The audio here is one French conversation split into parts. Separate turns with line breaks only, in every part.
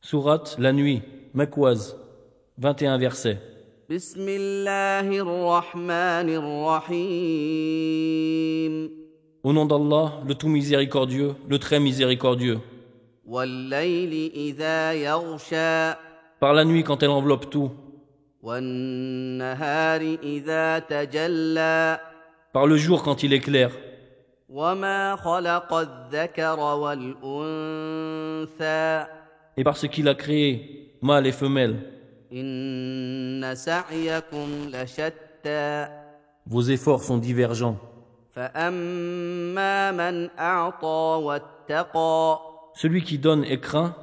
Sourate La Nuit, Makwaz, 21 versets.
بسم الله الرحمن الرحيم
Au nom d'Allah, le tout miséricordieux, le très miséricordieux.
والليل إذا يغشى
Par la nuit quand elle enveloppe tout,
والنهار إذا تجلى
par le jour quand il éclaire,
وما خلق الذكر والأنثى
et par ce qu'il a créé, mâle et femelle.
إن سعيكم لشتى
Vos efforts sont divergents.
فأما من أعطى واتقى
Celui qui donne et craint,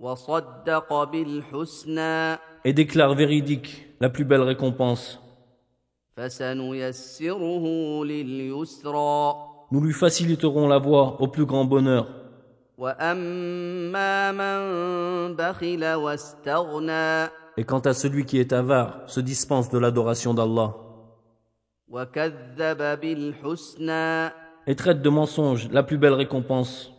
وصدق بالحسنى
et déclare véridique la plus belle récompense.
فسنيسره لليسرى
Nous lui faciliterons la voie au plus grand bonheur.
واما من بخل واستغنى
Et quant à celui qui est avare, se dispense de l'adoration d'Allah,
وكذب بالحسنى
et traite de mensonge la plus belle récompense.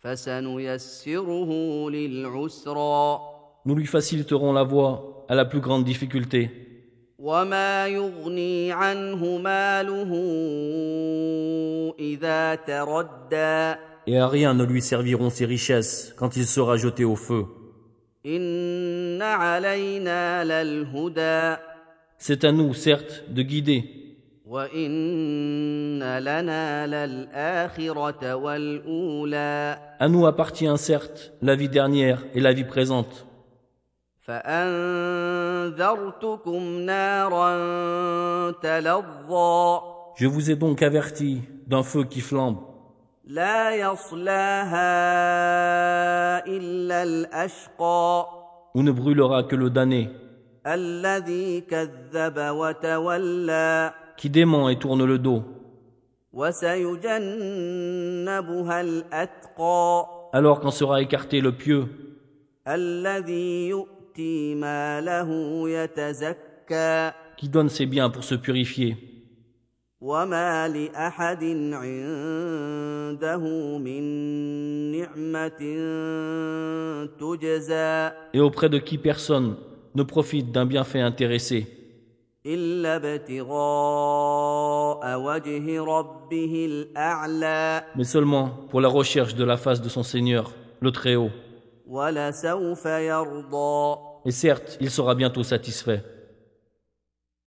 فسنيسره للعسرى
Nous lui faciliterons la voie à la plus grande difficulté.
وما يغني عنه ماله اذا تردى
Et à rien ne lui serviront ses richesses quand il sera jeté au feu.
ان علينا للهدى
C'est à nous, certes, de guider,
وان لنا للاخره والاولى
à nous appartient, certes, la vie dernière et la vie présente.
فأنذرتكم نارا تلظى
Je vous ai donc averti d'un feu qui flambe,
لا يصلاها إلا الأشقى
où ne brûlera que le damné,
الذي كذب وتولى
qui dément et tourne le dos,
وسيجنبها الأتقى
alors qu'en sera écarté le pieux,
الذي يؤتي ماله يتزكى
qui donne ses biens pour se purifier,
وما لأحد عنده من نعمة تجزى
et auprès de qui personne ne profite d'un bienfait intéressé,
إلا ابتغاء وجه ربه الأعلى
mais seulement pour la recherche de la face de son Seigneur, le Très-Haut.
ولسوف يرضى
Et certes, il sera bientôt satisfait.